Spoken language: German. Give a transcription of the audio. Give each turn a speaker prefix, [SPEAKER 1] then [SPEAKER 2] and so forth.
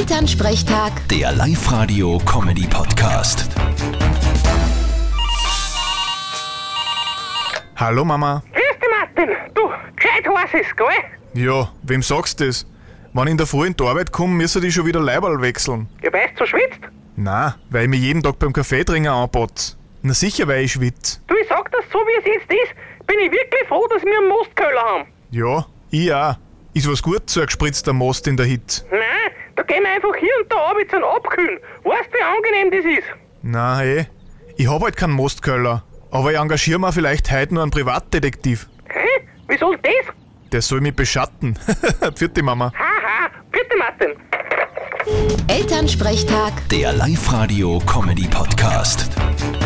[SPEAKER 1] Elternsprechtag,
[SPEAKER 2] Der Live-Radio-Comedy-Podcast.
[SPEAKER 3] Hallo Mama.
[SPEAKER 4] Grüß dich, Martin. Du, gescheit heiß ist, gell?
[SPEAKER 3] Ja, wem sagst du das? Wenn ich in der Früh in die Arbeit komme, müssen die schon wieder Leiberl wechseln.
[SPEAKER 4] Ja, weißt du, schwitzt?
[SPEAKER 3] Na, weil ich mich jeden Tag beim Kaffeetrinken anpotz. Na sicher, weil ich schwitz.
[SPEAKER 4] Du, ich sag das so, wie es jetzt ist, bin ich wirklich froh, dass wir einen Mostköhler haben.
[SPEAKER 3] Ja, ich auch. Ist was gut, so ein gespritzter Most in der Hitze.
[SPEAKER 4] Nein, da gehen wir einfach hier und da ab zum Abkühlen. Weißt du, wie angenehm das ist?
[SPEAKER 3] Na eh, ich hab halt keinen Mostköller. Aber ich engagiere mir vielleicht heute nur einen Privatdetektiv.
[SPEAKER 4] Hä? Wie soll das?
[SPEAKER 3] Der soll mich beschatten. Vierte Mama.
[SPEAKER 4] Haha, bitte, Martin.
[SPEAKER 1] Elternsprechtag.
[SPEAKER 2] Der Live-Radio-Comedy-Podcast.